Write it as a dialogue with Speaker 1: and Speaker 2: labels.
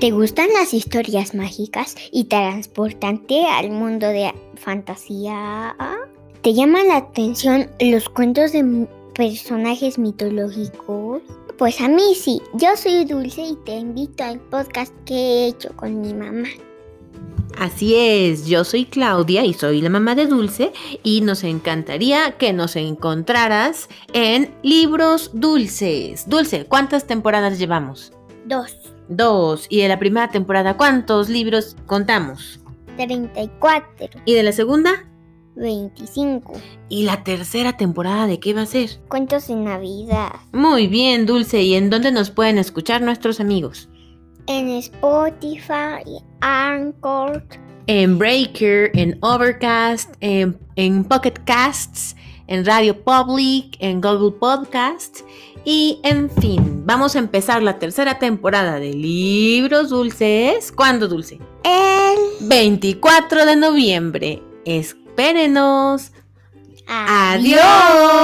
Speaker 1: te gustan las historias mágicas y transportante al mundo de fantasía? ¿Te llaman la atención los cuentos de personajes mitológicos? Pues a mí sí, yo soy Dulce y te invito al podcast que he hecho con mi mamá.
Speaker 2: Así es, yo soy Claudia y soy la mamá de Dulce y nos encantaría que nos encontraras en Libros Dulces. Dulce, ¿cuántas temporadas llevamos?
Speaker 1: Dos,
Speaker 2: Dos. ¿Y de la primera temporada cuántos libros contamos?
Speaker 1: 34,
Speaker 2: ¿Y de la segunda?
Speaker 1: 25.
Speaker 2: ¿Y la tercera temporada de qué va a ser?
Speaker 1: Cuentos de Navidad.
Speaker 2: Muy bien, Dulce. ¿Y en dónde nos pueden escuchar nuestros amigos?
Speaker 1: En Spotify, Anchor,
Speaker 2: En Breaker, en Overcast, en, en Pocket Casts, en Radio Public, en Google Podcast y en fin. Vamos a empezar la tercera temporada de Libros Dulces. ¿Cuándo, Dulce?
Speaker 1: el...
Speaker 2: 24 de noviembre. Espérenos.
Speaker 1: Adiós.
Speaker 2: ¡Adiós!